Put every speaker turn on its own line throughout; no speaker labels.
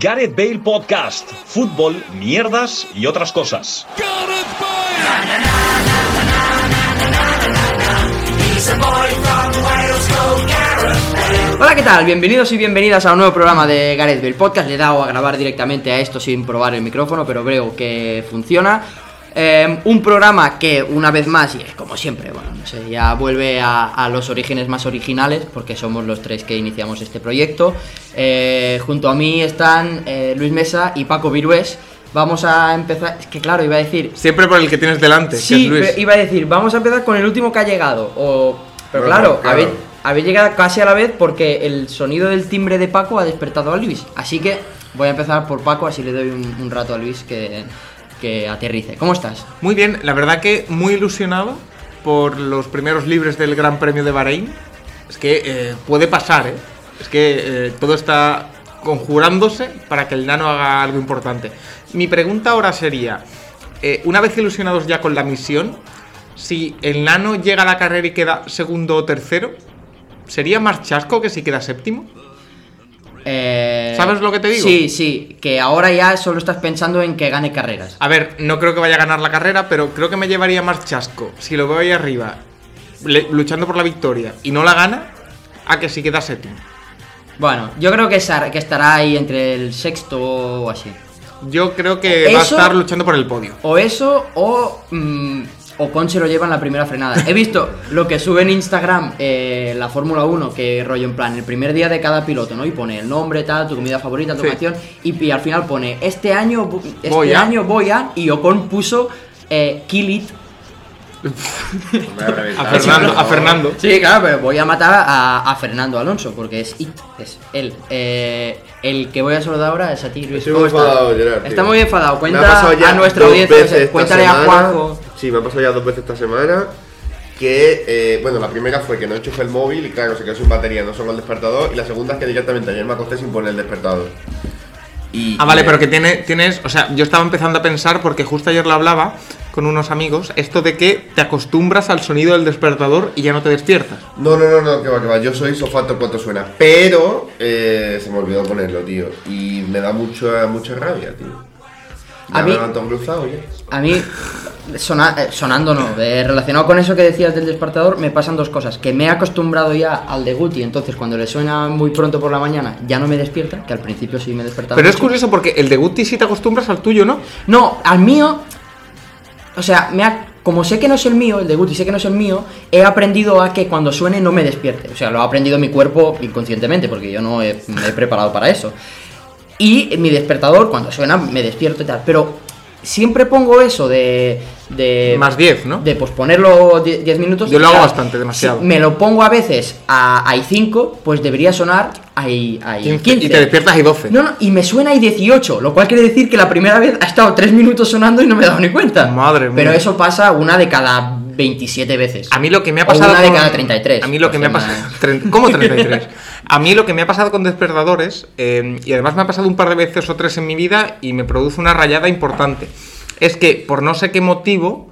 Gareth Bale Podcast, fútbol, mierdas y otras cosas.
Hola, ¿qué tal? Bienvenidos y bienvenidas a un nuevo programa de Gareth Bale Podcast. Le he dado a grabar directamente a esto sin probar el micrófono, pero creo que funciona. Eh, un programa que, una vez más, y es como siempre, bueno, no sé, ya vuelve a, a los orígenes más originales, porque somos los tres que iniciamos este proyecto. Eh, junto a mí están eh, Luis Mesa y Paco Virués. Vamos a empezar. Es que, claro, iba a decir.
Siempre por el que tienes delante, que
Sí,
es Luis.
pero iba a decir, vamos a empezar con el último que ha llegado. O... Pero
Bueno,
claro,
claro.
Habéis, habéis llegado casi a la vez porque el sonido del timbre de Paco ha despertado a Luis. Así que voy a empezar por Paco, así le doy un, un rato a Luis que, que aterrice. ¿Cómo estás?
Muy bien, la verdad que muy ilusionado por los primeros libres del Gran Premio de Bahrein. Es que eh, puede pasar, ¿eh? Es que eh, todo está conjurándose para que el nano haga algo importante. Mi pregunta ahora sería, eh, una vez ilusionados ya con la misión, si el nano llega a la carrera y queda segundo o tercero, ¿sería más chasco que si queda séptimo?
Eh,
¿Sabes lo que te digo?
Sí, sí, que ahora ya solo estás pensando en que gane carreras.
A ver, no creo que vaya a ganar la carrera, pero creo que me llevaría más chasco si lo veo ahí arriba, le- luchando por la victoria, y no la gana, a que si queda séptimo.
Bueno, yo creo que, esa- que estará ahí entre el sexto o así.
Yo creo que va a
Eso-
estar luchando por el podio.
O eso o. mm, o Con se lo lleva en la primera frenada. He visto lo que sube en Instagram eh, la Fórmula 1, que rollo en plan, el primer día de cada piloto, ¿no? Y pone el nombre, tal, tu comida favorita, tu
Sí.
canción. Y, pi- al final pone, este año, bu- este
Voy a-
año voy a. Y Ocon puso eh, Kill It.
A Fernando, a Fernando.
Sí, claro, pero voy a matar a, a Fernando Alonso, porque es It, es él. Eh, el que voy a saludar ahora es a ti, Luis.
Estoy
¿Cómo
muy
estás?
enfadado, Gerard. tío.
Está muy enfadado.
Me ha
Cuenta
pasado ya
a nuestra
dos
audiencia,
veces esta
cuéntale a
semana-
Juanjo.
Sí, me ha pasado ya dos veces esta semana. Que, eh, bueno, la primera fue que no enchufé el móvil y claro, se quedó sin batería, no sonó el despertador. Y la segunda es que directamente ayer me acosté sin poner el despertador. Y,
Ah, vale,
y-
pero que tiene, tienes, o sea, yo estaba empezando a pensar, porque justo ayer lo hablaba con unos amigos, esto de que te acostumbras al sonido del despertador y ya no te despiertas.
No, no, no, no, que va, que va. Yo soy sofato cuanto suena. Pero eh, se me olvidó ponerlo, tío. Y me da mucha, mucha rabia, tío.
A
Ya
mí-
me levanto cruzado, oye.
A mí, sona- eh, sonando no, eh, relacionado con eso que decías del despertador, me pasan dos cosas. Que me he acostumbrado ya al de Guti, entonces cuando le suena muy pronto por la mañana ya no me despierta, que al principio sí me despertaba.
Pero es
mucho.
curioso porque el de Guti sí te acostumbras al tuyo, ¿no?
No, al mío. O sea, me ha- como sé que no es el mío, el de Guti sé que no es el mío, he aprendido a que cuando suene no me despierte. O sea, lo ha aprendido mi cuerpo inconscientemente, porque yo no he- me he preparado para eso. Y mi despertador, cuando suena, me despierto y tal. Pero siempre pongo eso de. de
Más 10, ¿no?
Eh, de posponerlo 10 minutos.
Yo lo hago
Claro,
bastante, demasiado.
si me lo pongo a veces a i5, pues debería sonar a i- a i15.
15, y te despiertas y 12.
No, no, y me suena y 18, lo cual quiere decir que la primera vez ha estado 3 minutos sonando y no me he dado ni cuenta.
Madre mía.
Pero eso pasa una de cada 27 veces.
A mí lo que me ha
O
pasado.
una de
con-
cada 33.
A mí lo que
o
me
sea,
ha pasado. tre- ¿Cómo 33? A mí lo que me ha pasado con despertadores, eh, y además me ha pasado un par de veces o tres en mi vida, y me produce una rayada importante. Es que por no sé qué motivo,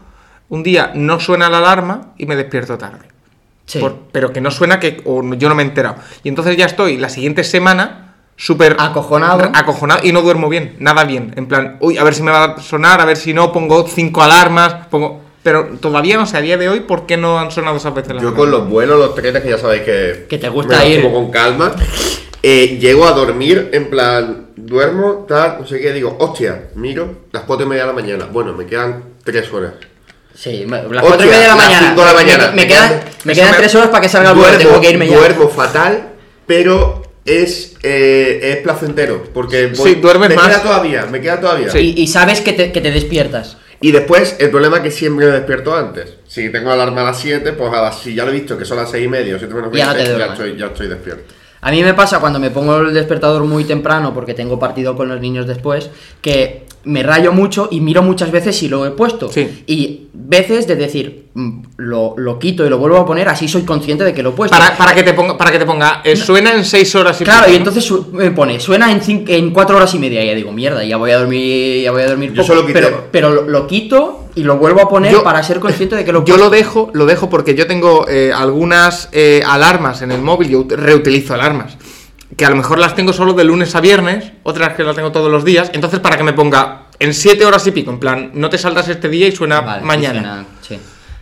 un día no suena la alarma y me despierto tarde.
sí.
Por- pero que no suena que. o no- yo no me he enterado. Y entonces ya estoy la siguiente semana. Súper
Acojonado.
r- acojonado y no duermo bien, nada bien. En plan, uy, a ver si me va a sonar, a ver si no, pongo cinco alarmas, pongo. Pero todavía no sé, a día de hoy, ¿por qué no han sonado esas veces las
Yo
alarmas?
con los vuelos, los trenes, que ya sabéis que...
Que te gusta
me los
ir.
tomo con calma. eh, llego a dormir, en plan, duermo, tal, no sé qué, digo, hostia, miro, las cuatro y media de la mañana. Bueno, me quedan tres horas.
Sí, me- las 4 y
Hostia,
media de la
las
mañana.
cinco de la
Me-
mañana.
Me, me quedan, me quedan
me-
3 horas para que salga el vuelo,
duermo,
tengo que irme ya.
duermo fatal, pero es, eh, es placentero, porque
Sí, duermes
me
más.
queda todavía, me queda todavía.
Sí.
Y, y sabes que te, que te despiertas.
Y después, el problema es que siempre me despierto antes. Si tengo alarma a las 7, pues a las, si ya lo he visto que son las 6 y media o 7 menos
Ya no
20,
te
ya,
duermas.
estoy, ya estoy despierto.
A mí me pasa cuando me pongo el despertador muy temprano porque tengo partido con los niños después, que me rayo mucho y miro muchas veces si lo he puesto.
Sí.
Y veces de decir, mm, lo, lo quito y lo vuelvo a poner, así soy consciente de que lo he puesto.
Para, para que te ponga, para que te ponga eh, suena en seis horas y
Claro,
pico,
y
¿no?
entonces su- me pone, suena en, cin- en cuatro horas y media. Y ya digo, mierda, ya voy a dormir, ya voy a dormir
Yo solo quité.
pero pero lo, lo quito y lo vuelvo a poner
Yo-
para ser consciente de que lo he
Yo
puesto.
lo dejo, lo dejo porque yo tengo eh, algunas eh, alarmas en el móvil, yo ut- reutilizo alarmas. que a lo mejor las tengo solo de lunes a viernes, otras que las tengo todos los días. Entonces, para que me ponga en 7 horas y pico, en plan, no te saltas este día y suena
Vale,
mañana.
funciona, sí.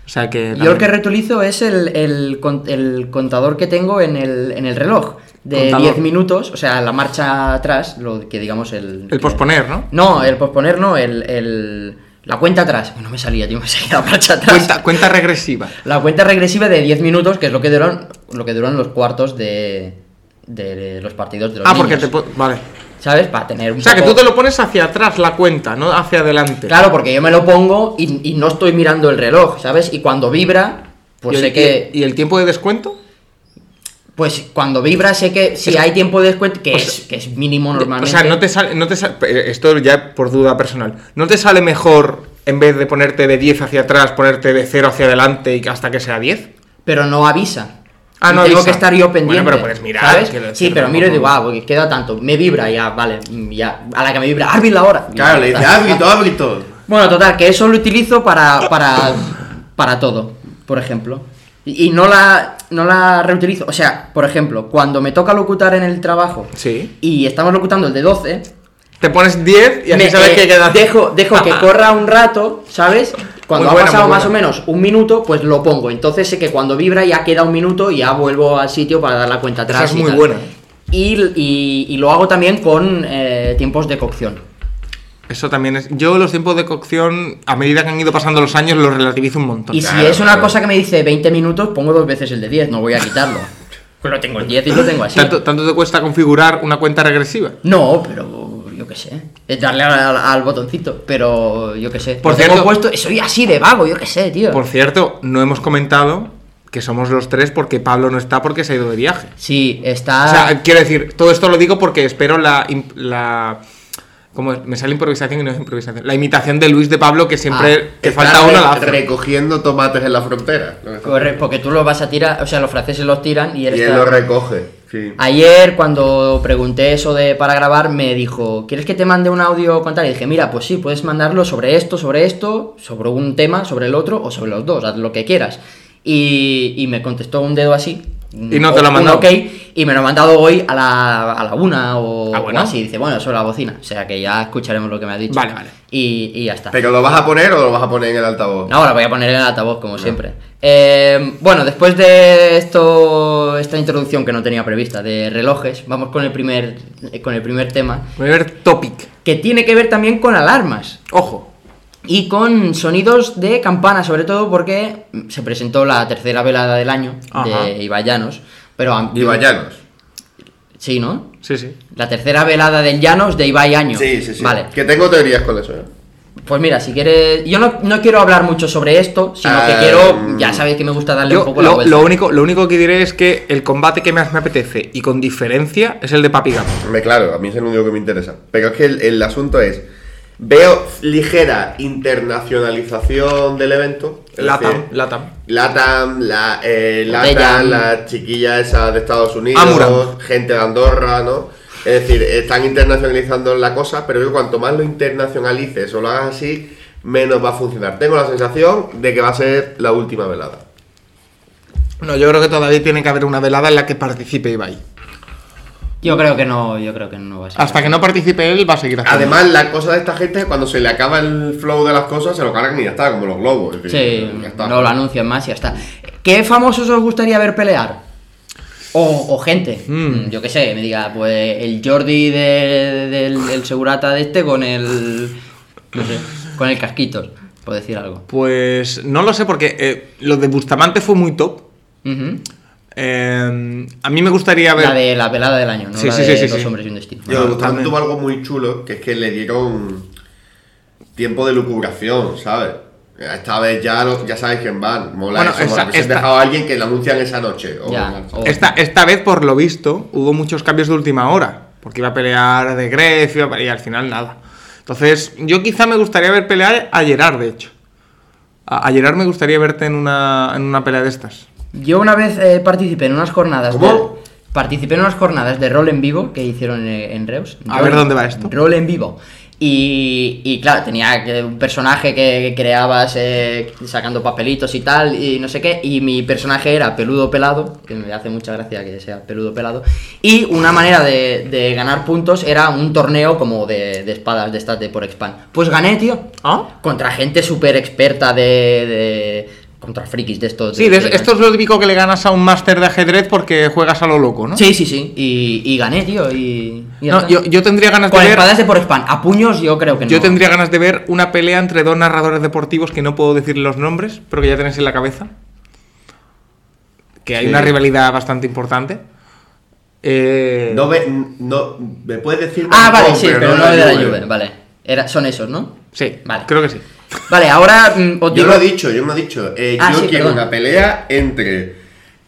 O sea que.
Yo el
también-
que reutilizo es el, el con- el contador que tengo en el, en el reloj de
Contador.
10 minutos, o sea, la marcha atrás, lo que digamos el...
El
que-
posponer, ¿no?
No, el posponer no, el, el- la cuenta atrás. No me salía, tío, me salía la marcha atrás.
Cuenta, cuenta regresiva.
La cuenta regresiva de 10 minutos, que es lo que duran, lo que duran los cuartos de, de los partidos de los
Ah, porque te.
niños,
po- Vale.
¿Sabes? Para tener un
O sea que
poco-
tú te lo pones hacia atrás la cuenta, no hacia adelante.
Claro, porque yo me lo pongo y, y no estoy mirando el reloj, ¿sabes? Y cuando vibra, pues
¿Y el-
sé que...
¿Y el tiempo de descuento?
Pues cuando vibra sé que si hay tiempo de descuento, que, es, que es mínimo
pues O
normalmente.
sea, no te sale. No te sa- eh, esto ya por duda personal. ¿No te sale mejor en vez de ponerte de 10 hacia atrás, ponerte de 0 hacia adelante y hasta que sea 10?
Pero no avisa.
Ah,
Y
no
Tengo
avisa.
que estar yo
Bueno,
pendiente.
pero puedes mirar,
¿sabes?
quiero decir,
Sí, pero miro y digo,
tampoco-
ah, porque queda tanto. Me vibra ya, vale. mm, ya A la que me vibra, árbitro la hora.
Claro, le dice, "Ah". árbitro, árbitro.
Bueno, total, que eso lo utilizo para, para, para todo, por ejemplo. Y, y no, la, no la reutilizo. O sea, por ejemplo, cuando me toca locutar en el trabajo
Sí.
y estamos locutando el de 12,
Te pones 10 y así
me-
sabes
eh,
que queda.
Dejo, dejo que corra un rato, ¿sabes? Cuando
Muy
ha
buena,
pasado
muy
más o menos un minuto, pues lo pongo. Entonces sé que cuando vibra ya queda un minuto y ya vuelvo al sitio para dar la cuenta
Esa
atrás.
es
y
muy
tal.
buena.
Y, y- y lo hago también con eh, tiempos de cocción.
Eso también es. Yo los tiempos de cocción, a medida que han ido pasando los años, los relativizo un montón.
Y si
Claro,
es una
claro.
cosa que me dice 20 minutos, pongo dos veces el de 10, no voy a quitarlo. Pues lo tengo en 10 y lo tengo así.
¿Tanto, tanto te cuesta configurar una cuenta regresiva?
No, pero yo qué sé. Es darle al, al botoncito, pero yo qué sé.
Por
Lo tengo
cierto-
puesto, soy así de vago, yo qué sé, tío.
Por cierto, no hemos comentado que somos los tres porque Pablo no está porque se ha ido de viaje.
Sí, está...
O sea, quiero decir, todo esto lo digo porque espero la. im- la ¿Cómo es? Me sale improvisación y no es improvisación. La imitación de Luis de Pablo que siempre.
Ah,
que
Está
falta
re-
uno la hace.
Recogiendo tomates en la frontera. lo que está-
Corre, porque tú los vas a tirar, o sea, los franceses los tiran y él
Y él
está-
lo recoge. Sí.
Ayer cuando pregunté eso de para grabar me dijo, ¿quieres que te mande un audio con tal? Y dije, mira, pues sí, puedes mandarlo sobre esto, sobre esto, sobre un tema, sobre el otro o sobre los dos, haz lo que quieras. Y, y me contestó un dedo así.
Y no te lo ha
un
mandado.
ok, y me lo ha mandado hoy a la, a la una o,
Ah, bueno.
o así. Dice, bueno, sobre la bocina. O sea que ya escucharemos lo que me ha dicho.
Vale, vale.
Y, y ya está.
¿Pero lo vas a poner o lo vas a poner en el altavoz?
Ahora voy a poner el altavoz, como siempre. Eh, bueno, después de esto, esta introducción que no tenía prevista de relojes, vamos con el primer, eh, con el primer tema,
Primer topic.
que tiene que ver también con alarmas
Ojo.
y con sonidos de campana, sobre todo porque se presentó la tercera velada del año
Ajá.
de Ibayanos. Pero a-
Y Vallanos.
Sí, ¿no?
Sí, sí.
La tercera velada del Llanos de Ibai Año.
Sí, sí, sí.
Vale.
Que tengo teorías con eso. ¿eh?
Pues mira, si quieres. Yo no, no quiero hablar mucho sobre esto, sino que
Ah,
quiero.
mm.
Ya sabéis que me gusta darle
Eh,
un
Yo
poco la
lo,
vuelta.
lo único, lo único que diré es que el combate que más me apetece y con diferencia es el de Papi Gato.
Hombre, claro, a mí es el único que me interesa. Pero es que el, el asunto es. Veo ligera internacionalización del evento. es
Latam,
decir,
Latam.
Latam, la, eh,
Dejan.
Latam, la chiquilla esa de Estados Unidos,
Amuran.
gente de Andorra, ¿no? Es decir, están internacionalizando la cosa, pero yo cuanto más lo internacionalices o lo hagas así, menos va a funcionar. Tengo la sensación de que va a ser la última velada.
No, yo creo que todavía tiene que haber una velada en la que participe Ibai.
Yo creo que no, yo creo que no va a ser.
Hasta que no participe él, va a seguir haciendo.
Además, la cosa de esta gente es que cuando se le acaba el flow de las cosas, se lo cargan y ya está, como los globos. en fin,
Sí,
ya está.
no lo anuncian más y ya está. ¿Qué famosos os gustaría ver pelear? O, o gente,
Hmm.
mm, yo qué sé, me diga, pues el Jordi de- del, del segurata de este con el. No sé, con el casquito, por decir algo.
Pues no lo sé porque eh, lo de Bustamante fue muy top.
Ujú.
Eh, a mí me gustaría ver.
La de la velada del año, ¿no?
Sí,
la
sí,
de
sí, sí,
Dos
sí.
hombres y un destino.
Yo,
Ah,
Gustavo
también.
tuvo algo muy chulo, que es que le dieron tiempo de lucubración, ¿sabes? Esta vez ya, lo- ya sabes quién van. Mola
Bueno,
eso,
esa-
porque se han
esta-
dejado a alguien que lo anuncian esa noche. o-
Ya, o-
Esta, esta vez, por lo visto, hubo muchos cambios de última hora. Porque iba a pelear de Gref iba a pelear- y al final nada. Entonces, yo quizá me gustaría ver pelear a Gerard, de hecho. A, a Gerard me gustaría verte en una, en una pelea de estas.
Yo una vez eh, participé en unas jornadas
¿Cómo?
de. Participé en unas jornadas de rol en vivo que hicieron eh, en Reus.
A
Rol-
ver dónde va esto.
Rol en vivo. Y, y claro, tenía que- un personaje que creabas eh, sacando papelitos y tal, y no sé qué. Y mi personaje era peludo pelado, que me hace mucha gracia que sea peludo pelado. Y una manera de, de ganar puntos era un torneo como de, de espadas de estas de por expand. Pues gané, tío.
¿Ah?
Contra gente súper experta de, de- Contra frikis de estos.
Sí,
de-
de-
de-
esto es lo típico que le ganas a un máster de ajedrez porque juegas a lo loco, ¿no?
Sí, sí, sí. Y, y gané, tío. Y. y ya
No,
está.
yo, yo tendría ganas de
Con
ver.
espadas de por spam. A puños, yo creo que no.
Yo tendría ganas de ver una pelea entre dos narradores deportivos que no puedo decir los nombres, pero que ya tenéis en la cabeza. Que hay
Sí.
una rivalidad bastante importante. Eh,
No me, no, me puedes decir.
Ah, vale,
Japón,
sí, pero no de la Juve,
Juve.
vale. Era, son esos, ¿no?
Sí,
Vale.
creo que sí.
Vale, ahora mm, os
Yo
digo.
lo he dicho, yo me he dicho. eh,
Ah,
yo
sí,
quiero
perdón.
una pelea entre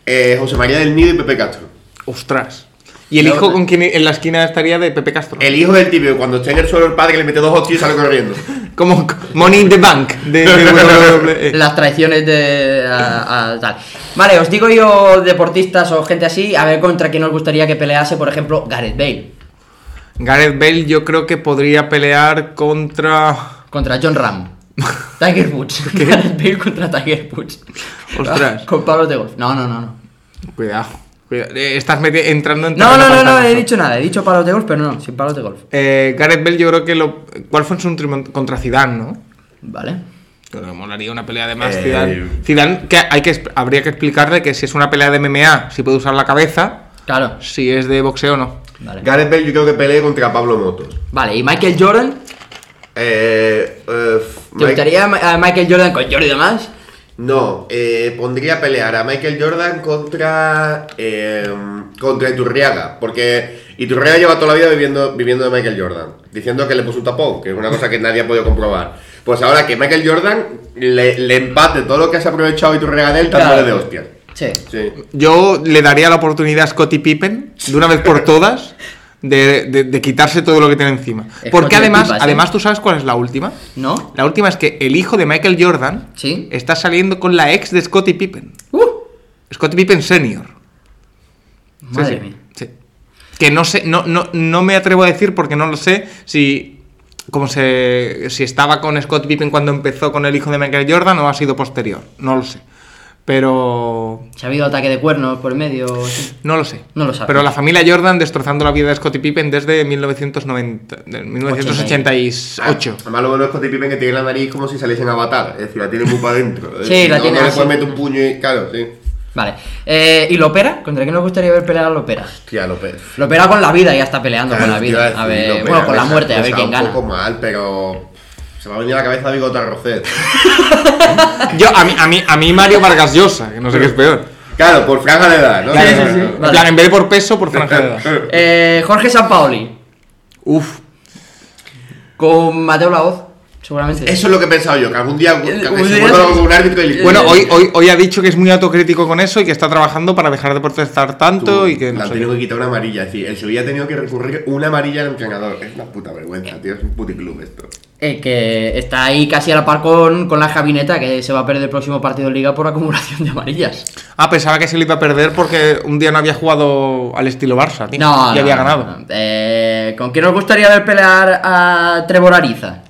eh, José María del Nido y Pepe Castro.
Ostras. Y el
Yo-
hijo con quien en la esquina estaría de Pepe Castro.
Eh.
El hijo del tío, cuando está en el suelo el padre que le mete dos hostias y sale corriendo.
Como Money in the Bank de, E. de WWE.
Las traiciones de. a- a tal. Vale, os digo yo deportistas o gente así, a ver contra quién os gustaría que pelease, por ejemplo, Gareth Bale.
Gareth Bale yo creo que podría pelear contra...
Contra John Ram. Tiger Woods. Gareth Bale contra Tiger Woods.
Ostras.
Con Pablo de golf. No, no, no, no.
Cuidado. cuidado. Eh, Estás meti- entrando en...
No,
terreno
no, no, no,
pantanoso.
he dicho nada. He dicho palos de golf, pero no, sin palos de golf.
Eh, Gareth Bale yo creo que lo... ¿Cuál fue su triunfo contra Zidane, no?
Vale.
Creo que molaría una pelea de más
Eh,
Zidane. Zidane, que, hay que, exp- habría que explicarle que si es una pelea de MMA, si puede usar la cabeza,
Claro.
si es de boxeo no.
Vale.
Gareth Bale, yo creo que pelee contra Pablo Motos.
Vale, y Michael Jordan.
Eh, eh,
¿Te
Mike-
gustaría a Michael Jordan con Jordi demás?
No, eh, pondría a pelear a Michael Jordan contra eh, contra Iturriaga, porque Iturriaga lleva toda la vida viviendo, viviendo de Michael Jordan, diciendo que le puso un tapón, que es una cosa que nadie ha podido comprobar. Pues ahora que Michael Jordan le, le empate todo lo que has aprovechado Iturriaga de él,
Claro.
dándole de hostia.
Sí.
Sí.
Yo le daría la oportunidad a Scottie Pippen, de una vez por todas, de, de- de quitarse todo lo que tiene encima.
Scottie
Porque además,
Pippen, ¿eh? sí.
además, ¿tú sabes cuál es la última?
¿No?
La última es que el hijo de Michael Jordan
Sí.
está saliendo con la ex de Scottie Pippen.
¡Uh!
Scottie Pippen Senior. Sí,
Madre
sí,
mía.
sí. Que no sé, no, no, no me atrevo a decir porque no lo sé si como se si estaba con Scott Pippen cuando empezó con el hijo de Michael Jordan o ha sido posterior, no lo sé. Pero
¿Se ha habido ataque de cuernos por medio? Sí.
no lo sé.
No lo sabes.
Pero la familia Jordan destrozando la vida de Scottie Pippen desde 1990, de 1988.
Ah, Además, lo bueno es Scottie Pippen que tiene la nariz como si saliese en Avatar, es decir, la tiene muy para adentro.
Sí, la
no,
tiene
no le
así.
puedes meter un puño y claro, sí.
Vale. Eh, ¿Y Lopera? ¿Contra quién nos gustaría ver pelear a Lopera?
Hostia, López.
Lopera con la vida, ya está peleando con la
Claro, te Eh, iba
vida.
decir,
A ver,
lo peor,
bueno, con la
me
muerte, a
sa-
ver
me
quién
sabe
gana.
un poco mal, pero se me ha venido a la cabeza Bigota Rocet.
Yo a mí, a mí a mí Mario Vargas Llosa, que no sé qué es peor.
Claro, por franja de edad, ¿no?
Claro,
sí,
claro,
sí.
claro. En
Vale.
plan, en vez de por peso, por franja de edad.
Eh, Jorge Sampaoli.
Uf,
Con Mateo Laoz, seguramente.
Eso es lo que he pensado yo, que algún día que
Eh,
se
un día
encuentra
sí.
con un árbitro y le-
Bueno,
Eh,
hoy, hoy, hoy ha dicho que es muy autocrítico con eso y que está trabajando para dejar de protestar tanto
Tú,
y que
le
no
han
sé
tenido
qué.
que quitar una amarilla, es decir, el Sevilla ha tenido que recurrir una amarilla al entrenador. Es una puta vergüenza, tío, es un puticlub esto.
Eh, que está ahí casi a la par con, con la Javineta, que se va a perder el próximo partido de Liga por acumulación de amarillas.
Ah, pensaba que se lo iba a perder porque un día no había jugado al estilo Barça, tío.
No,
y
no,
había
no,
ganado.
no. Eh, ¿Con quién nos gustaría ver pelear a Trevor Ariza?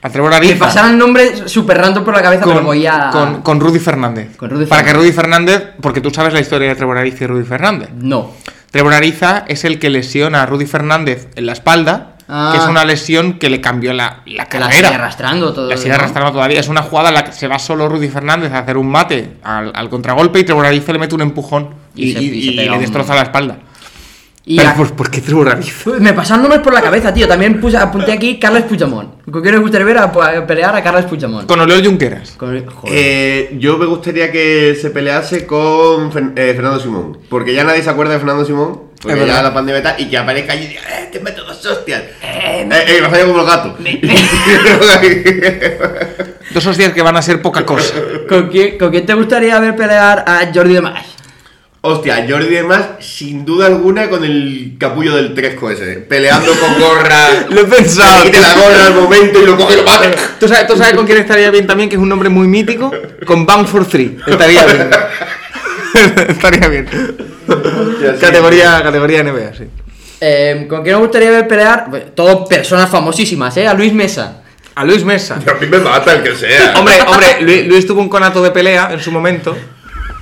A Trevor
Me
Ariza.
pasaron nombres super random por la cabeza, pero
Con,
voy a.
con, con Rudy Fernández.
Con Rudy
Para que
Fernández.
Rudy Fernández, porque tú sabes la historia de Trevor Ariza y Rudy Fernández.
No.
Trevor Ariza es el que lesiona a Rudy Fernández en la espalda,
Ah.
que es una lesión que le cambió la, la
Que
carrera.
la sigue arrastrando todo.
La sigue
¿no?
arrastrando todavía. Es una jugada en la que se va solo Rudy Fernández a hacer un mate al, al contragolpe y Trevor Ariza le mete un empujón
Y
y,
se- y se
y- y
pega
le
un-
destroza la espalda.
Y
Pero
a-
pues, ¿por qué Trevor Ariza?
Me pasaron nombres por la cabeza, tío. También puse, apunté aquí Carles Puigdemont. ¿Con quién nos gustaría ver a, a pelear a Carles Puigdemont?
Con Oleol Junqueras.
Con- joder.
Eh, yo me gustaría que se pelease con Fer- eh, Fernando Simón, porque ya nadie se acuerda de Fernando Simón,
Es
porque
verdad.
ya la pandemia y tal, y que aparezca allí y diga, ¡eh, te meto dos hostias! ¡Eh, eh, me falla como los gatos!
De esos días que van a ser poca cosa.
¿Con, quién, con quién te gustaría ver pelear a Jordi Demás?
Hostia, Jordi demás, sin duda alguna, con el capullo del Tresco ese, peleando con gorra.
Lo he pensado.
Se quita la gorra al momento y lo coge y lo mata.
¿Tú sabes, tú sabes con quién estaría bien también, que es un nombre muy mítico? Con Bound for Three. Estaría bien. estaría bien.
Hostia, sí.
Categoría, categoría NBA, sí.
Eh, ¿Con quién me gustaría ver pelear? Pues, todo personas famosísimas, ¿eh? A Luis Mesa.
A Luis Mesa.
A mí me mata el que sea.
Hombre, hombre, Lu- Luis, tuvo un conato de pelea en su momento.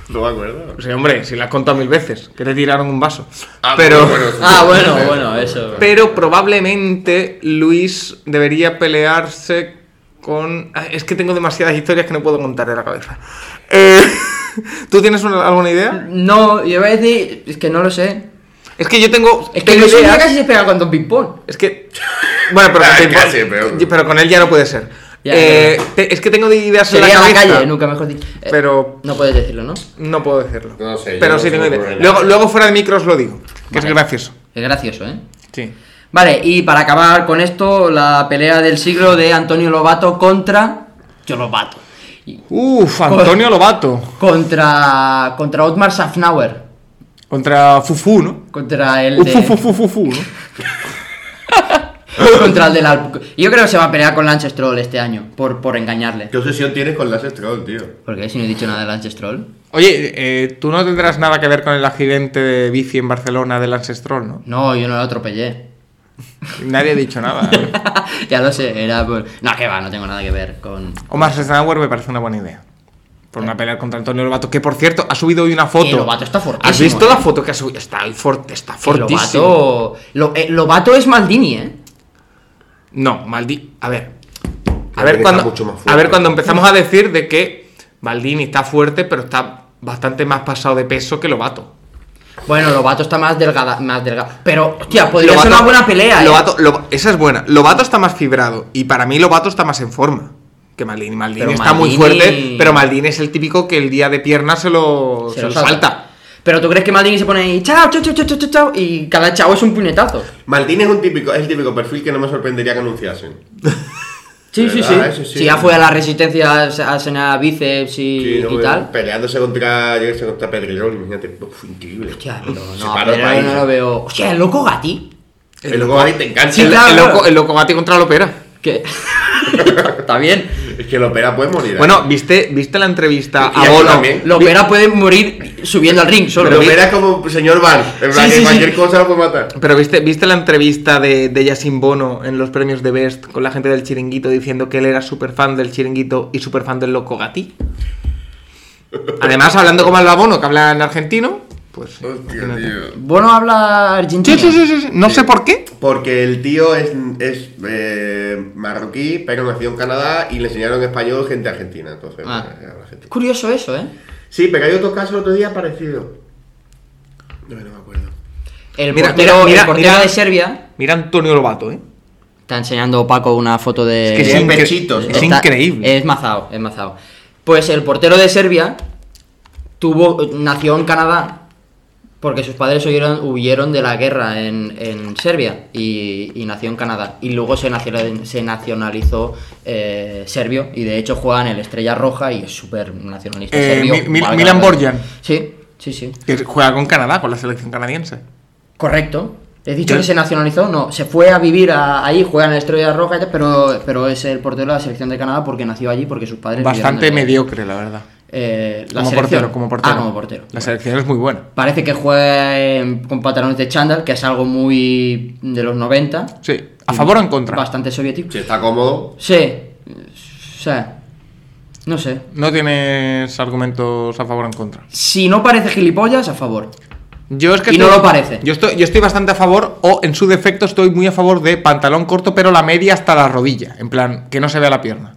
No me acuerdo.
Sí, hombre, si la has contado mil veces, que te tiraron un vaso.
Ah,
pero,
bueno,
Ah, bueno, bueno, eso.
pero probablemente Luis debería pelearse con... Ah, Es que tengo demasiadas historias que no puedo contar de la cabeza. Eh, ¿Tú tienes una- alguna idea?
No, yo voy a decir, es que no lo sé.
Es que yo tengo...
Es que
tengo
Luis Mesa
ideas.
casi se pega con Don Ping Pong.
Es que. Bueno, pero,
Ah,
con Ping
casi,
Pong-
pero-
pero con él ya no puede ser.
Ya,
Eh,
ya,
te- es que tengo ideas en la
Sería la
cabeza.
calle, nunca mejor dicho. Eh,
Pero-
No puedes decirlo, ¿no?
No puedo decirlo.
No sé, yo
pero
no
sí
se me
tengo ideas.
ocurre nada.
Luego, luego fuera de micro os lo digo. Que
Vale.
es gracioso.
Es gracioso, ¿eh?
Sí.
Vale, y para acabar con esto, la pelea del siglo de Antonio Lobato contra. Yo Lobato. Y-
Uf, Antonio Lobato.
Contra. Contra Otmar Safnauer.
Contra Fufu, ¿no?
Contra el.
Uh,
de-
Fufu, Fufu, Fufu, ¿no?
contra el del Alp- Yo creo que se va a pelear con Lance Stroll este año. Por, por engañarle.
¿Qué obsesión tienes con las Stroll, tío?
Porque si no he dicho nada de Lance Stroll.
Oye, eh, tú no tendrás nada que ver con el accidente de bici en Barcelona del Ancestrol, ¿no?
No, yo no lo atropellé.
Nadie ha dicho nada. ¿eh?
ya lo sé, era por. No, que va, no tengo nada que ver con.
Omar Sesnauer me parece una buena idea. Por una pelea contra Antonio Lobato, que por cierto, ha subido hoy una foto.
Y Lobato está fortísimo,
¿Has visto
eh.
la foto que ha subido? Está, ahí forte, está fortísimo.
Lobato. Lo- eh, Lobato es Maldini, ¿eh?
No, Maldini. A ver. A
Creo que
ver,
está
cuando,
mucho más fuerte.
a ver cuando empezamos a decir de que Maldini está fuerte, pero está bastante más pasado de peso que Lobato.
Bueno, Lobato está más delgada, más delgada. Pero, hostia, podría
Lobato-
ser una buena pelea. ¿eh?
Lobato- Loba- esa es buena. Lobato está más fibrado. Y para mí, Lobato está más en forma que Maldini. Maldini
Pero
está muy
Maldini-
fuerte, pero Maldini es el típico que el día de pierna se lo, se lo salta.
Pero tú crees que Maldini se pone ahí, chao, chao, chao, chao, chao, chao, chao, y cada chao es un puñetazo.
Maldini es, un típico, es el típico perfil que no me sorprendería que anunciasen.
Sí, sí, sí.
¿Verdad? Eso sí.
Si ya fue a la resistencia a cenar bíceps y,
Sí, no,
y tal.
Peleándose contra, yo qué sé, contra Pedrerol, imagínate. Uf, increíble.
Hostia, pero
Se
no,
paró el
pero
país.
no lo veo. Hostia, el loco Gatti.
El loco Gatti te encanta.
Sí,
El-
claro.
El loco, el loco Gatti contra Lopera.
Que. Está bien.
Es que el opera puede morir. ¿eh?
Bueno, ¿viste, ¿viste la entrevista
Y
a
aquí
Bono?
también.
Lopera puede morir subiendo al ring solo. ¿eh?
el opera es como señor Van. En plan,
Sí,
que
sí,
cualquier
sí.
cosa lo puede matar.
Pero viste, viste la entrevista de, de Yasin Bono en los premios de Best con la gente del chiringuito diciendo que él era súper fan del chiringuito y súper fan del loco Gatti. Además, hablando como habla Bono, que habla en argentino, pues.
Hostia,
imagínate.
tío.
Bueno, habla argentino.
Sí, sí, sí, sí, sí. No sé por qué.
Porque el tío es, es eh, marroquí, pero nació en Canadá y le enseñaron español gente argentina. Entonces,
Ah.
eh, habla gente.
Curioso eso, ¿eh?
Sí, pero hay otro caso el otro día parecido. No, no me acuerdo.
El
Mira,
portero,
mira,
el
mira,
portero
mira.
de Serbia.
Mira Antonio Lobato, ¿eh?
Está enseñando Paco una foto de.
Es que
Tiene
incre-
pechitos, ¿no?
es
Está-
increíble.
Es mazao, es mazao. Pues el portero de Serbia tuvo, nació en Canadá porque sus padres huyeron, huyeron de la guerra en, en Serbia y, y nació en Canadá. Y luego se nacionalizó, se nacionalizó eh, serbio y de hecho juega en el Estrella Roja y es súper nacionalista
Eh,
serbio.
Mi- Mil-
valga la
Milan
pena.
Borjan.
Sí, sí, sí.
Que juega con Canadá, con la selección canadiense.
Correcto. He dicho
Yo-
que se nacionalizó, no, se fue a vivir a- ahí, juega en el Estrella Roja, y tal, pero, pero es el portero de la selección de Canadá porque nació allí, porque sus padres...
Bastante
vivieron en-
mediocre, la verdad.
Eh, la
como
selección.
portero, como portero.
Ah, como portero.
La selección es muy buena.
Parece que juega en- con pantalones de chándal, que es algo muy de los 90.
Sí. ¿A favor o en contra?
Bastante soviético.
Si está cómodo,
Sí. O sea, no sé.
No tienes argumentos a favor o en contra.
Si no parece gilipollas, a favor.
Yo es que
Y no lo parece.
Yo estoy, yo estoy bastante a favor, o en su defecto estoy muy a favor de pantalón corto, pero la media hasta la rodilla. En plan, que no se vea la pierna.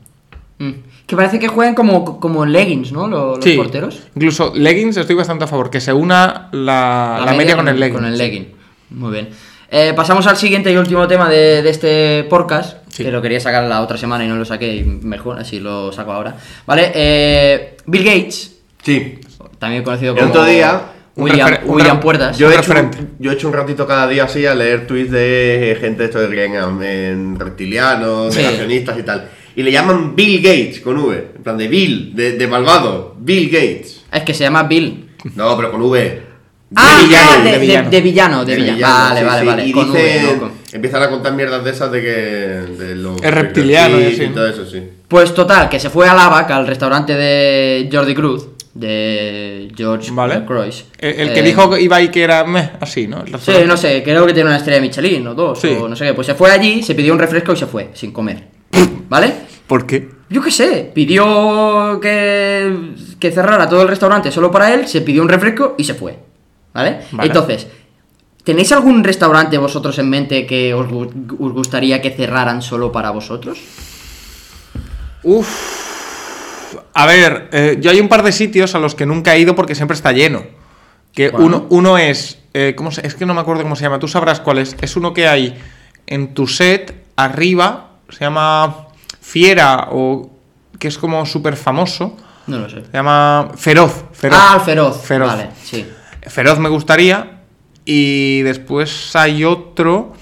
Mm. Que parece que juegan como, como en leggings, ¿no? Lo- Los, porteros.
Incluso leggings estoy bastante a favor, que se una la, la media, con el legging.
Con el legging. Muy bien. Eh, pasamos al siguiente y último tema de, de este podcast,
Sí.
que lo quería sacar la otra semana y no lo saqué, y mejor, así lo saco ahora. Vale, eh, Bill Gates,
sí.
también conocido
El
como
otro día,
un
William,
refer- un
William
re-
Puertas.
Yo he,
un
hecho,
referente.
yo he hecho un ratito cada día así a leer tweets de eh, gente de esto que creen en, en reptilianos,
Sí.
negacionistas y tal. Y le llaman Bill Gates con V. En plan de Bill, de, de malvado. Bill Gates.
Es que se llama Bill.
No, pero con V.
ah,
villano,
ah, de,
de
de-
villano.
de villano, de
De
villano.
villano,
Vale,
sí,
vale,
sí.
vale.
Y
con V,
dicen-
no con-
empiezan a contar mierdas de esas de que. De los
Es reptiliano y
sí,
así, ¿no?
todo eso, sí.
Pues total, que se fue a Lavac, al restaurante de Jordi Cruz. de George
¿Vale?
Croix.
El, el que
Eh,
dijo Ibai que era meh, así, ¿no? El
Sí,
restaurante.
no sé, creo que tiene una estrella de Michelin o dos,
Sí.
o no sé qué. Pues se fue allí, se pidió un refresco y se fue, sin comer. ¿Vale?
¿Por qué?
Yo qué sé, pidió que, que cerrara todo el restaurante solo para él, se pidió un refresco y se fue. ¿Vale?
Vale.
Entonces, ¿tenéis algún restaurante vosotros en mente que os, gu- os gustaría que cerraran solo para vosotros?
Uf. A ver, eh, yo hay un par de sitios a los que nunca he ido porque siempre está lleno. Que
¿Cuál?
uno, uno es. eh, ¿cómo se- es que no me acuerdo cómo se llama. Tú sabrás cuál es. Es uno que hay en tu set, arriba. Se llama Fiera o. que es como súper famoso.
No lo sé.
Se llama Feroz. Feroz.
Ah, el feroz.
Feroz.
Vale, sí.
Feroz me gustaría. Y después hay otro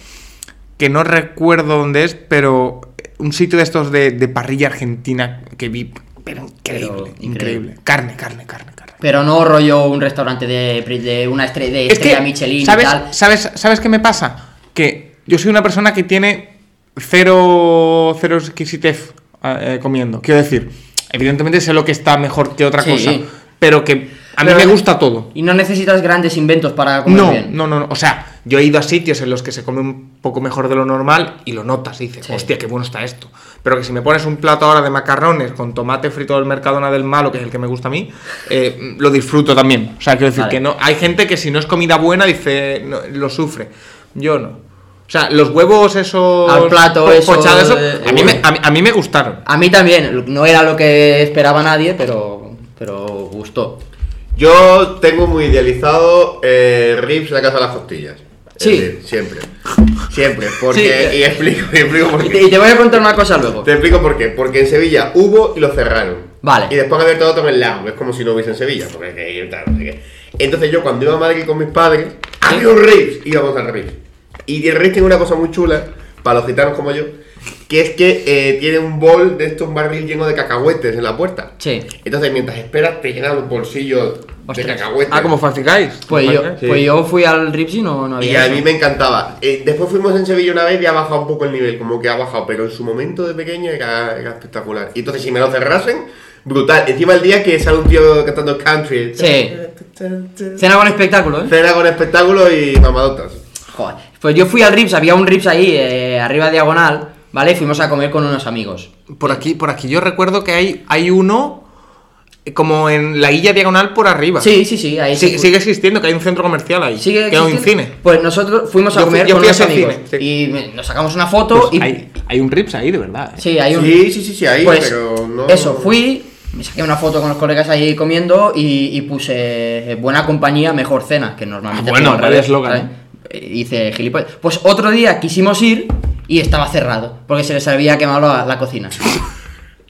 que no recuerdo dónde es, pero un sitio de estos de, de parrilla argentina que vi. Pero increíble,
Pero
increíble.
increíble.
Carne, carne, carne, carne.
Pero no rollo un restaurante de, de una estrella, de estrella Este Michelin
¿sabes,
y tal.
¿sabes, ¿Sabes qué me pasa? Que yo soy una persona que tiene cero, cero exquisitez ah, eh, comiendo. Quiero decir, evidentemente sé lo que está mejor que otra
Sí.
cosa, pero que a mí
Pero-
me gusta todo.
Y no necesitas grandes inventos para comer
No,
Ah, bien.
no, no, no. O sea, yo he ido a sitios en los que se come un poco mejor de lo normal y lo notas y dices,
Sí.
hostia, qué bueno está esto. Pero que si me pones un plato ahora de macarrones con tomate frito del Mercadona del Malo, que es el que me gusta a mí, eh, lo disfruto también. O sea, quiero decir
Vale.
que no. Hay gente que si no es comida buena dice, no, lo sufre. Yo no. O sea, los huevos esos.
Al plato,
po-
eso,
pochados, eso,
eh,
a, mí me,
uy.
a, mí, a mí me gustaron.
A mí también, no era lo que esperaba nadie, pero, pero gustó.
Yo tengo muy idealizado eh, Rips la casa de las costillas. Es
Sí.
decir, siempre. Siempre. Porque.
Sí.
Y explico, y explico por
Y
qué.
te, y te voy a contar una cosa luego.
Te explico por qué. Porque en Sevilla hubo y lo cerraron.
Vale.
Y después han abierto otro en el lago. Es como si no hubiese en Sevilla. Porque hay que ir tal, no sé qué. Entonces yo cuando iba a Madrid con mis padres, había un Rips. Íbamos al Rips. Y el Rips tiene una cosa muy chula, para los gitanos como yo, que es que eh, tiene un bol de estos barril lleno de cacahuetes en la puerta.
Sí.
Entonces mientras esperas te llenan los bolsillos
Ostras.
de cacahuetes.
Ah, como falsificáis.
Pues yo,
Falsificáis.
Sí.
pues yo fui al Rips y no, no había.
Y a
eso.
mí me encantaba. Eh, después fuimos en Sevilla una vez y ha bajado un poco el nivel, como que ha bajado, pero en su momento de pequeño era, era espectacular. Y entonces si me lo cerrasen, brutal. Encima el día que sale un tío cantando country.
Sí. Cena con espectáculo, ¿eh?
Cena con espectáculo y mamadotas.
Joder. Pues yo fui al Rips, había un Rips ahí, eh, arriba diagonal, ¿vale? Y fuimos a comer con unos amigos.
Por aquí, por aquí yo recuerdo que hay, hay uno eh, como en la isla diagonal por arriba.
Sí, sí, sí, ahí
Sí,
sí fui.
sigue existiendo, que hay un centro comercial ahí.
¿Sigue
que hay un
existiendo?
cine.
Pues nosotros fuimos a
Yo fui-
comer
yo
con
fui a
unos
ese
amigos.
cine, sí.
Y me- nos sacamos una foto
Pues
y.
hay, hay un Rips ahí, de verdad. ¿eh?
Sí, hay un.
Sí, sí, sí, sí, ahí,
Pues,
pero no.
Eso, fui, me saqué una foto con los colegas ahí comiendo y, y puse eh, buena compañía, mejor cena, que normalmente.
Ah, bueno,
hacemos,
vaya
¿sabes?
eslogan,
¿sabes? Eh, Hice gilipollas. Pues otro día quisimos ir y estaba cerrado, porque se les había quemado la, la cocina.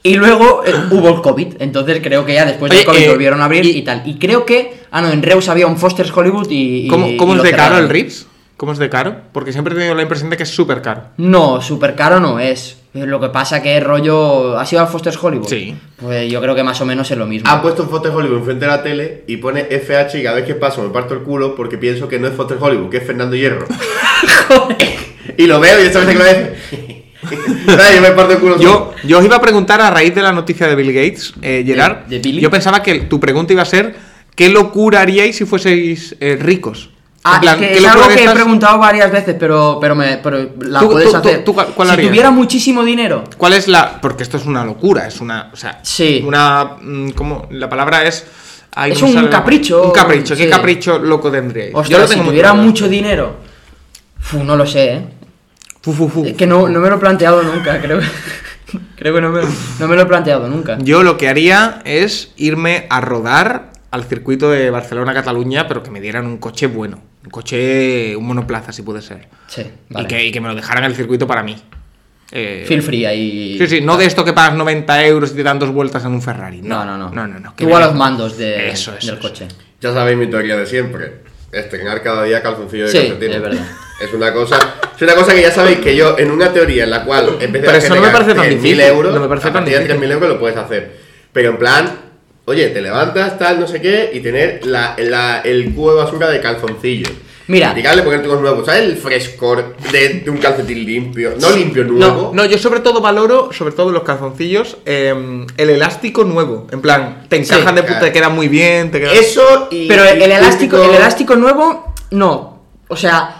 Y luego eh, hubo el COVID, entonces creo que ya después del
Oye,
COVID
eh,
volvieron a abrir y,
y-
tal. Y creo que, ah no, en Reus había un Foster's Hollywood y... y-
¿Cómo, cómo
y
es
lo
de caro
cerraron.
el Rips? ¿Cómo es de caro? Porque siempre he tenido la impresión de que es súper caro.
No, súper caro no es. Lo que pasa que es rollo... ¿Has ido al Foster's Hollywood?
Sí. Ah, pues,
Pues yo creo que más o menos es lo mismo.
Ha puesto un Foster Hollywood enfrente de la tele y pone FH y cada vez que paso me parto el culo porque pienso que no es Foster Hollywood, que es Fernando Hierro. y lo veo y esta vez que lo ves. Ay, yo me parto el culo.
Yo, yo os iba a preguntar a raíz de la noticia de Bill Gates, eh, Gerard.
de Billy?
Yo pensaba que tu pregunta iba a ser: ¿qué locura haríais si fuseis eh, ricos?
Ah,
En plan,
es que
¿qué
es
locura
algo
de
que he
estas-
preguntado varias veces, pero, pero, me, pero la
Tú-
puedes
tú- tú-
hacer.
tú, ¿cuál
si
harías?
tuviera muchísimo dinero.
¿Cuál es la.? Porque esto es una locura, es una. O sea,
Sí.
una. mm, ¿Cómo? La palabra es. ay,
Es
no me
un
sale la-
capricho,
Un capricho, ¿qué
sí.
capricho loco tendríais?
Ostras, si
muy
tuviera
claro.
mucho dinero. Fu, no lo sé, ¿eh?
Fu, fu, fu.
Es que no, no me lo he planteado nunca, creo. creo que no me, no me lo he planteado nunca.
Yo lo que haría es irme a rodar al circuito de Barcelona-Cataluña, pero que me dieran un coche bueno. Un coche. Un monoplaza, si puede ser.
Sí,
Y,
vale.
que, y que me lo dejaran en el circuito para mí. Eh,
Feel free ahí.
Sí, sí, no de esto que pagas 90 euros y te dan dos vueltas en un Ferrari.
No,
No,
no,
No,
no.
no, no. que
Tú a
me-
los mandos de,
Eso, eso,
del
eso.
coche.
Ya sabéis mi teoría de siempre. Estrenar cada día calzoncillo de
Sí,
calcetines.
es verdad.
Es una cosa. Es una cosa que ya sabéis que yo, en una teoría en la cual en vez de
Pero eso no me
generar
parece tan
3.000
difícil,
euros,
no me parece
a
tan
partir de
difícil.
3.000 euros lo puedes hacer. Pero en plan, oye, te levantas, tal, no sé qué, y tener la, la- el cubo de basura de calzoncillo.
Mira,
Criticarle porque no tengo nuevo. ¿Sabes el frescor de, de un calcetín limpio? No limpio, nuevo.
No, yo sobre todo valoro, sobre todo los calzoncillos, eh, el elástico nuevo. En plan, te
Sí,
encajan de puta,
claro.
te quedan muy bien, te quedan...
Eso y.
pero el,
y
el elástico,
típico-
el elástico nuevo, no. O sea,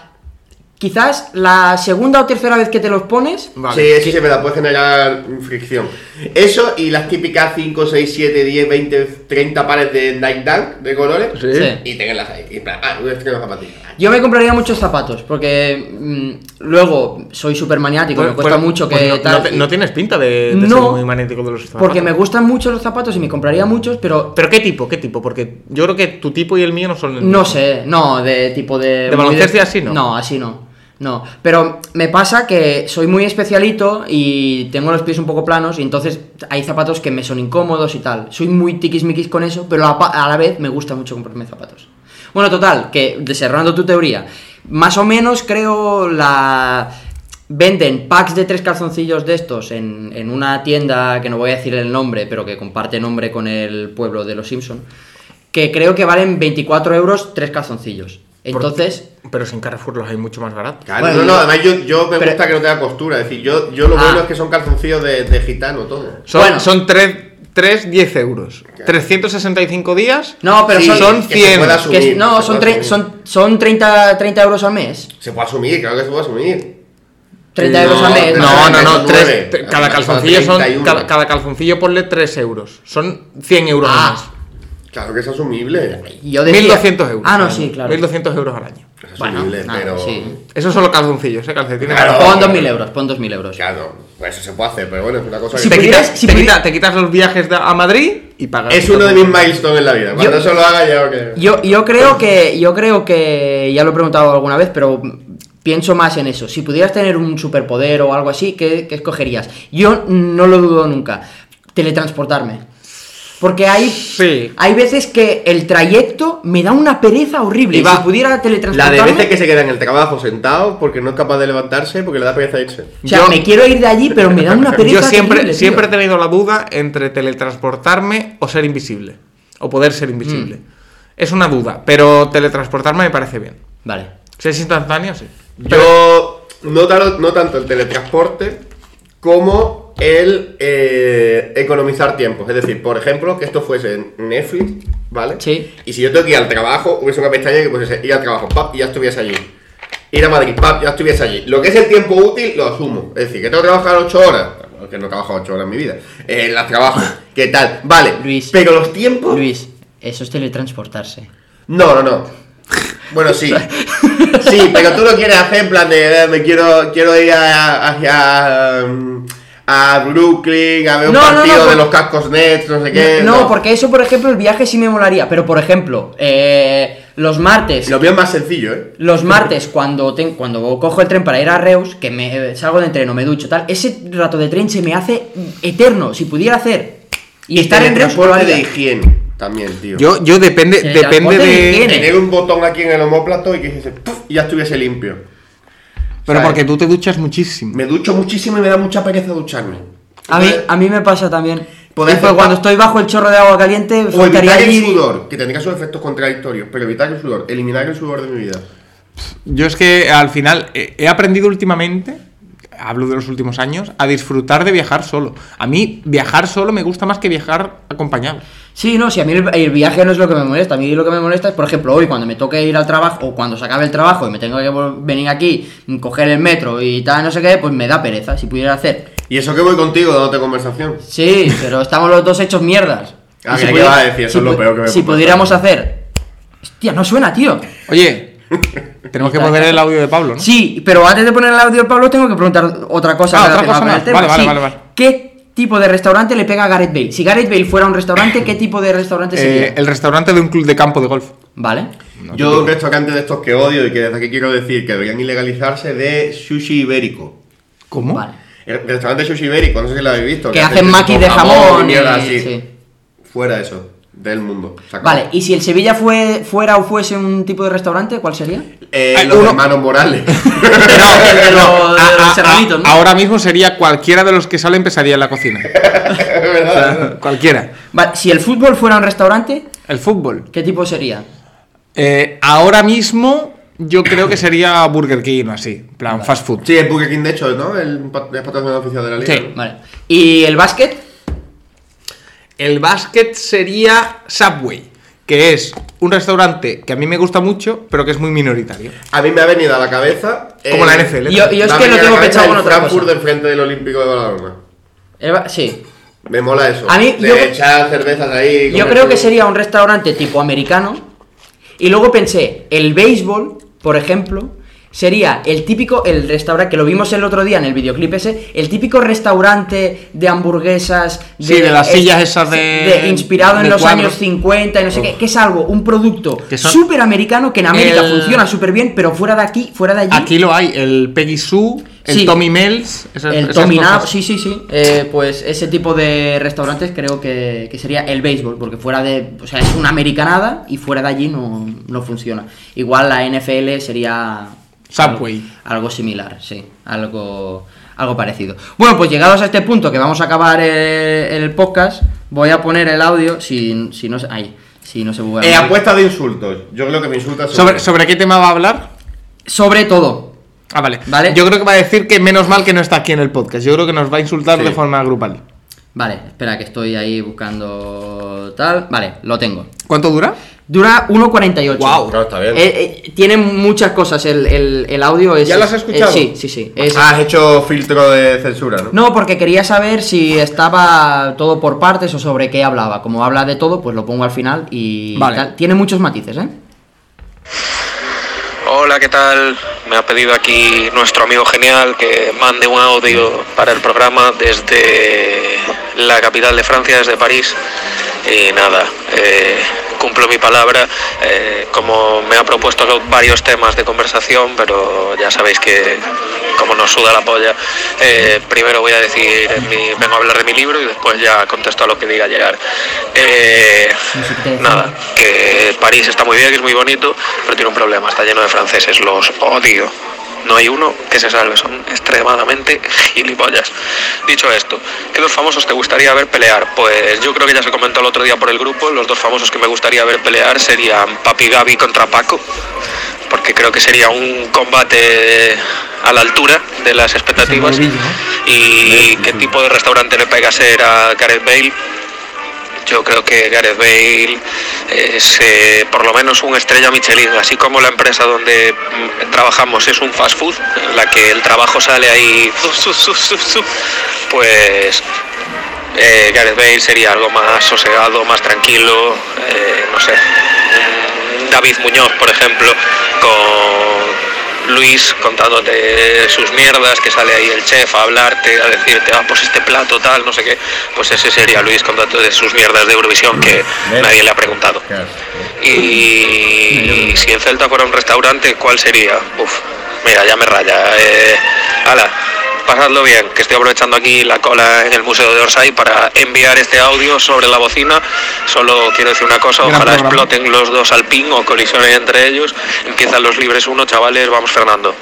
quizás la segunda o tercera vez que te los pones,
Vale.
Sí, eso sí es verdad, puede generar fricción. Eso y las típicas 5, 6, 7, 10, 20, 30 pares de Nike Dunk de colores.
Sí.
Sí.
Y tenganlas ahí. Y en plan, ah, voy a estrenar zapatillas.
Yo me compraría muchos zapatos, porque mm, luego soy súper maniático,
Pues-
me cuesta
pues-
mucho que
pues no,
tal.
no te- no tienes pinta de, de ser
No,
muy magnético de los zapatos.
porque me gustan mucho los zapatos y me compraría muchos, pero
¿Pero qué tipo? ¿Qué tipo? Porque yo creo que tu tipo y el mío no son... el
no
mismo.
sé, no, de tipo de.
¿De
muy
baloncesto y así no?
No, así no. No, pero me pasa que soy muy especialito y tengo los pies un poco planos y entonces hay zapatos que me son incómodos y tal. Soy muy tiquismiquis con eso, pero a, pa- a la vez me gusta mucho comprarme zapatos. Bueno, total, que desarrollando tu teoría, más o menos creo la... Venden packs de tres calzoncillos de estos en, en una tienda que no voy a decir el nombre, pero que comparte nombre con el pueblo de los Simpson, que creo que valen 24 euros tres calzoncillos.
Por-
Entonces...
Pero sin Carrefour los hay mucho más baratos.
Claro,
Bueno,
no, no,
yo-
además yo, yo me
pero-
gusta que no tenga costura. Es decir, yo, yo lo
Ah.
bueno es que son calzoncillos de, de gitano todo.
Son,
Bueno.
son 3, 10 euros. 365 días.
No, pero
Sí,
son,
son
que se
100.
pueda
Que
que es-
asumir,
no,
se
son,
puede
tre-
asumir.
son, son 30, 30 euros al mes.
Se puede asumir, claro que se puede asumir.
30 euros
No,
al mes.
pero-
No, no, no.
Son
tres-
nueve.
tre- cada
Son
calzoncillo son.
31.
Cada, cada calzoncillo ponle 3 euros. Son 100 euros al
Ah.
mes.
Claro que es asumible.
Yo decía-
1200 euros.
Ah, no,
al
sí,
año.
claro.
1200 euros al año.
Es
Bueno,
asumible,
nada,
pero.
sí.
Esos son los calzoncillos, ¿eh? Calcetines.
Claro.
Pon 2.000 euros, pon 2.000 euros.
Claro, pues eso se puede hacer, pero bueno, es una cosa
Si
te,
que.
pudieras-
quitas,
si
te,
pudi-
quita- te quitas los viajes de- a Madrid y pagas.
Es uno de mis milestones en la vida. Cuando
Yo-
eso lo haga, ya que.
Yo, yo creo que, yo creo que, ya lo he preguntado alguna vez, pero pienso más en eso. Si pudieras tener un superpoder o algo así, ¿qué, qué escogerías? Yo no lo dudo nunca. Teletransportarme. Porque hay,
Sí.
hay veces que el trayecto me da una pereza horrible.
Y
Y
va,
si pudiera
La
teletransportarme...
de veces que se queda en el trabajo sentado porque no es capaz de levantarse porque le da pereza irse.
O sea,
Yo-
me quiero ir de allí, pero me da una pereza.
Yo siempre,
terrible, tío.
siempre he tenido la duda entre teletransportarme o ser invisible. O poder ser invisible.
Mm.
Es una duda, pero teletransportarme me parece bien.
Vale.
Si es instantáneo, sí.
Yo no, taro- no tanto el teletransporte como el eh, economizar tiempos. Es decir, por ejemplo, que esto fuese en Netflix, ¿vale?
Sí.
Y si yo tengo que ir al trabajo, hubiese una pestaña que pusiese ir al trabajo, pap, y ya estuviese allí. Ir a Madrid, pap, ya estuviese allí. Lo que es el tiempo útil, lo asumo. Es decir, que tengo que trabajar 8 horas. Bueno, Que no he trabajado 8 horas en mi vida. Eh, las trabajo. ¿Qué tal? Vale.
Luis.
Pero los tiempos.
Luis, eso es teletransportarse.
No, no, no. Bueno, sí. Sí, pero tú lo quieres hacer en plan de eh, me quiero, quiero ir a, hacia um, a Brooklyn a ver un
No, no, no,
partido de
por-
los cascos Nets, Eh, no sé qué.
no, porque eso, por ejemplo, el viaje sí me molaría. Pero, por ejemplo, eh, los martes.
Lo mío es más sencillo, ¿eh?
Los martes, cuando, ten- cuando cojo el tren para ir a Reus, que me eh, salgo de entreno, me ducho, tal, ese rato de tren se me hace eterno. Si pudiera hacer y, estar en Reus, lo
transporte de
haría.
higiene también, tío.
Yo, yo depende,
Sí,
depende
transporte
de.
de higiene.
Tener un botón aquí en el homóplato y que se, puff, y ya estuviese limpio.
Pero
¿Sabes?
porque tú te duchas muchísimo.
Me ducho muchísimo y me da mucha pereza ducharme.
A mí,
Entonces,
a mí me pasa también.
¿eh? Poder
Y fue
hacer-
cuando estoy bajo el chorro de agua caliente,
O evitar
saltaría
el
allí-
sudor, que tendría sus efectos contradictorios, pero evitar el sudor, eliminar el sudor de mi vida.
Yo es que al final eh, he aprendido últimamente, hablo de los últimos años, a disfrutar de viajar solo. A mí viajar solo me gusta más que viajar acompañado.
Sí, no, si a mí el, el viaje no es lo que me molesta, a mí lo que me molesta es, por ejemplo, hoy cuando me toque ir al trabajo o cuando se acabe el trabajo y me tengo que vol- venir aquí, mm, coger el metro y tal, no sé qué, pues me da pereza, si pudiera hacer.
Y eso que voy contigo dándote conversación.
Sí, pero estamos los dos hechos mierdas.
Ah,
Y
creí que
pudi-
ibas a decir, eso es lo
pu-
peor que me
Si
puede
pudiéramos
pasar.
hacer... Hostia, no suena, tío.
Oye, tenemos que poner el audio de Pablo, ¿no?
Sí, pero antes de poner el audio, Pablo, tengo que preguntar otra cosa.
Ah, otra
relacionada
cosa
con el
más.
tema.
Vale, vale,
Sí,
vale, vale.
¿Qué tipo de restaurante le pega a Gareth Bale? Si Gareth Bale fuera un restaurante, ¿qué tipo de restaurante sería?
Eh, el restaurante de un club de campo de golf.
Vale.
Yo un restaurante de estos que odio y que desde aquí quiero decir que deberían ilegalizarse de sushi ibérico.
¿Cómo?
Vale.
El restaurante sushi ibérico, no sé si lo habéis visto.
Que hacen maquis
con
de jamón
y mierda
y-
así.
sí.
Fuera eso, del mundo. se acabó.
Vale, y si el Sevilla fue, fuera o fuese un tipo de restaurante, ¿cuál sería?
Eh,
Ay,
los
uno-
hermanos Morales.
el de los- de los
a- a-
serranitos, ¿no?
Ah, Ahora mismo sería cualquiera de los que salen pesadilla en la cocina.
Es verdad.
cualquiera.
Vale, si el fútbol fuera un restaurante,
El fútbol.
¿qué tipo sería?
Eh, ahora mismo yo creo que sería Burger King o así, en plan fast food.
Sí, el Burger King, de hecho, ¿no? El pat- es patrocinador oficial de la liga.
Sí.
Vale. ¿Y el básquet?
El básquet sería Subway, que es un restaurante que a mí me gusta mucho, pero que es muy minoritario.
A mí me ha venido a la cabeza. eh,
Como la NFL.
Yo, yo es que lo
no
tengo pensado con otra
Frankfurt
cosa.
del frente del Olímpico de Badalona.
El ba- Sí.
Me mola eso.
A mí,
de
yo-
echar cervezas ahí.
Yo
comer
creo que
tu-
sería un restaurante tipo americano. Y luego pensé, el béisbol, por ejemplo, sería el típico, el restaurante, que lo vimos el otro día en el videoclip ese, el típico restaurante de hamburguesas.
Sí, de las sillas esas de-
inspirado en
de
los
cuadros.
años 50 y no sé qué, que es algo, un producto
Que son-
súper americano que en América
El-
funciona súper bien, pero fuera de aquí, fuera de allí.
Aquí lo hay, el Peggy Sue, el
Sí.
Tommy Mel's, esas-
El
esas
Tommy
cosas.
Nab, sí, sí, sí. Eh, pues ese tipo de restaurantes creo que, que sería el béisbol, porque fuera de. O sea, es una americanada y fuera de allí no, no funciona. Igual la NFL sería.
Subway.
Algo, algo similar, sí. Algo, algo parecido. Bueno, pues llegados a este punto que vamos a acabar eh, el, podcast, voy a poner el audio si, si no se. Ahí. Si no se buguea.
Eh, apuesta de insultos. Yo creo que me insultas.
¿Sobre, ¿Sobre qué tema va a hablar?
Sobre todo.
Ah, vale.
Vale.
Yo creo que va a decir que menos mal que no está aquí en el podcast. Yo creo que nos va a insultar
Sí.
de forma grupal.
Vale, espera que estoy ahí buscando tal. Vale, lo tengo.
¿Cuánto dura?
Dura 1.48.
Guau, no, está bien.
Eh, eh, tiene muchas cosas el, el, el audio. Es,
¿Ya las has
es-
escuchado?
Eh, sí, sí, sí. es-
Ah, has hecho filtro de censura, ¿no?
No, porque quería saber si estaba todo por partes o sobre qué hablaba. Como habla de todo, pues lo pongo al final y
Vale.
tal. Tiene muchos matices, ¿eh?
Hola, ¿qué tal? Me ha pedido aquí nuestro amigo genial que mande un audio para el programa desde la capital de Francia, desde París. Y nada, eh, cumplo mi palabra, eh, como me ha propuesto varios temas de conversación, pero ya sabéis que como nos suda la polla, eh, primero voy a decir, eh, mi- vengo a hablar de mi libro y después ya contesto a lo que diga llegar. Eh,
No sé qué te decía.
nada, que París está muy bien, que es muy bonito, pero tiene un problema, está lleno de franceses, los odio. No hay uno que se salve, son extremadamente gilipollas. Dicho esto, ¿qué dos famosos te gustaría ver pelear? Pues yo creo que ya se comentó el otro día por el grupo, los dos famosos que me gustaría ver pelear serían Papi Gaby contra Paco, porque creo que sería un combate a la altura de las expectativas.
morbillo, ¿no?
¿Y qué tipo de restaurante le pega ser a Gareth Bale? Yo creo que Gareth Bale es eh, por lo menos una estrella Michelin, así como la empresa donde mm, trabajamos es un fast food, en la que el trabajo sale ahí, zu, zu, zu, zu, zu, pues eh, Gareth Bale sería algo más sosegado, más tranquilo, eh, no sé. Mm, David Muñoz, por ejemplo, con Luis contándote sus mierdas, que sale ahí el chef a hablarte, a decirte, ah, pues este plato tal, no sé qué, pues ese sería Luis contándote sus mierdas de Eurovisión que
Ven.
nadie le ha preguntado.
Claro.
Y si en Celta fuera un restaurante, ¿cuál sería? Uf, mira, ya me raya. Eh, ala, pasadlo bien, que estoy aprovechando aquí la cola en el Museo de Orsay para enviar este audio sobre la bocina. Solo quiero decir una cosa,
Gran
ojalá
programa.
exploten los dos al ping o colisionen entre ellos. Empiezan los libres uno, chavales, vamos Fernando.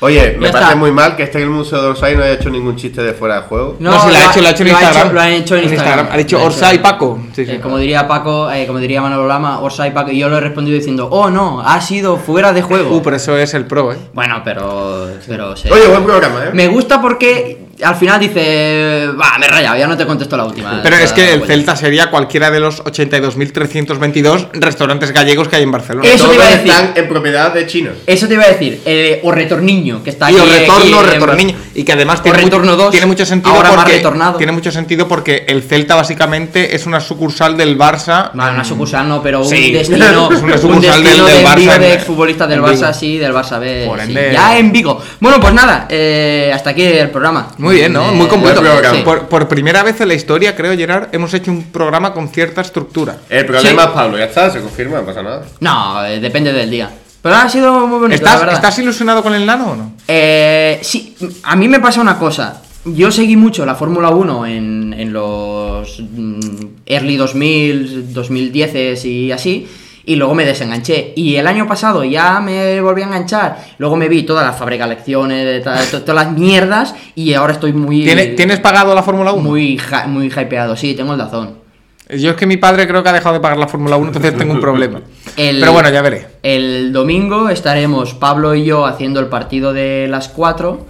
Oye, me
Ya
parece
está.
muy mal que esté en el Museo de Orsay y no haya hecho ningún chiste de fuera de juego.
No,
sí, la
lo
ha
ha-
hecho, la ha hecho en
lo ha hecho-
Instagram.
lo ha hecho en Instagram.
Ha dicho
Lo ha hecho
Orsa y
en-
Paco. Sí, sí.
Eh, como diría Paco, eh, como diría Manolo Lama, Orsa y Paco, y yo lo he respondido diciendo, oh no, ha sido fuera de juego.
Uh, pero eso es el pro, ¿eh?
Bueno, pero. pero se-
Oye, buen programa, ¿eh?
Me gusta porque al final dice, va, me he rayado, ya no te contesto la última.
Pero
Está
es que el
Ah, bueno.
Celta sería cualquiera de los 82.322 restaurantes gallegos que hay en Barcelona.
Eso
Todos
te iba a decir.
están en propiedad de chinos.
Eso te iba a decir, eh, o retorniño, que está aquí.
y el
aquí
retorno,
en-
retorniño. Y que además tiene,
retorno dos,
tiene mucho sentido
ahora más
porque
retornado.
tiene mucho sentido porque el Celta básicamente es una sucursal del Barça.
Vale, una sucursal no, pero
Sí.
un destino,
Es una
un
sucursal
destino
del-
de
del
envío
Barça en-
de exfutbolistas del
en
Barça,
Vigo.
sí, del Barça B.
Por
sí.
ende-
Ya en Vigo. Bueno, pues nada, eh, hasta aquí el programa.
Muy bien, ¿no? Muy
Eh,
completo.
buen programa.
sí.
Por, por primera vez en la historia, creo, Gerard, hemos hecho un programa con cierta estructura.
El problema
Sí.
es Pablo, ya está, se confirma, no pasa nada.
No, eh, depende del día. Pero ha sido muy bonito, la
¿Estás,
verdad.
¿Estás ilusionado con el nano o no?
Eh, sí, a mí me pasa una cosa. Yo seguí mucho la Fórmula 1 en, en los mm, early 2000, 2010 y así, y luego me desenganché. Y el año pasado ya me volví a enganchar, luego me vi todas las fabricalecciones, de ta- to- todas las mierdas, y ahora estoy muy...
¿Tiene- ¿Tienes pagado la Fórmula 1?
Muy, hy- muy hypeado, sí, tengo el dazón.
Yo es que mi padre creo que ha dejado de pagar la Fórmula 1, entonces tengo un problema.
El-
Pero bueno, ya veré.
El domingo estaremos Pablo y yo haciendo el partido de las 4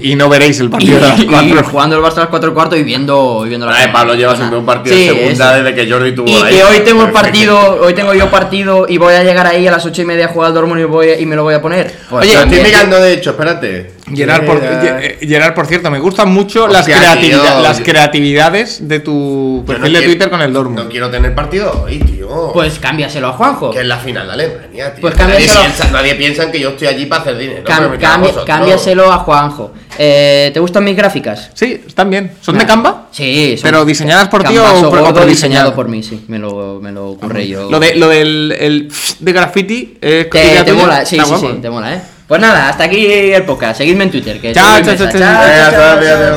Y no veréis el
y,
partido de las
¿Mm? y
cuatro.
jugando el Barça a las 4 y cuarto y viendo, y viendo la
Ay, Ah, Pablo lleva
Barcelona.
siempre un partido
Sí,
de segunda
eso.
desde que Jordi tuvo
Y
ahí.
que hoy tengo el partido, hoy tengo yo partido y voy a llegar ahí a las 8 y media a jugar al Dortmund y, voy, y me lo voy a poner. Pues
Oye, estoy
también-
mirando de hecho, espérate. Eh,
Gerard por, Ge- eh, Gerard, por cierto, me gustan mucho las,
Hostia,
creatividad-
tío.
las creatividades de tu
Yo no
perfil de
quiero-
Twitter con el
No
Dortmund.
quiero tener partido hoy, tío.
Pues cámbiaselo a Juanjo.
Que es la final de Alemania, tío.
Pues
nadie,
cámbiaselo.
piensa, nadie piensa en que yo estoy allí para hacer dinero.
Cam-
pero me cago en
cambi-
vosotros.
cámbiaselo a Juanjo. Eh, ¿Te gustan mis gráficas?
Sí, están bien. ¿Son de
Nah.
Canva?
Sí, son
¿Pero diseñadas por ti o
Cambazo
por- o
gordo
por diseñado?
diseñado
Ah,
por mí, sí. Me lo, me lo curré yo.
Lo, de, lo del el de graffiti es
Te,
idea
te
tuya.
mola, sí,
Está
sí,
guapo.
sí, te mola, eh. Pues nada, hasta aquí el podcast. Seguidme en Twitter. Que
Chao,
estoy en
chao,
mesa.
chao, chao,
Eh,
chao,
hasta
chao, chao,
luego,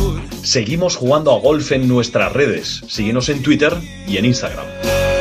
tío.
chao, chao.
Seguimos jugando a golf en nuestras redes. Síguenos en Twitter y en Instagram.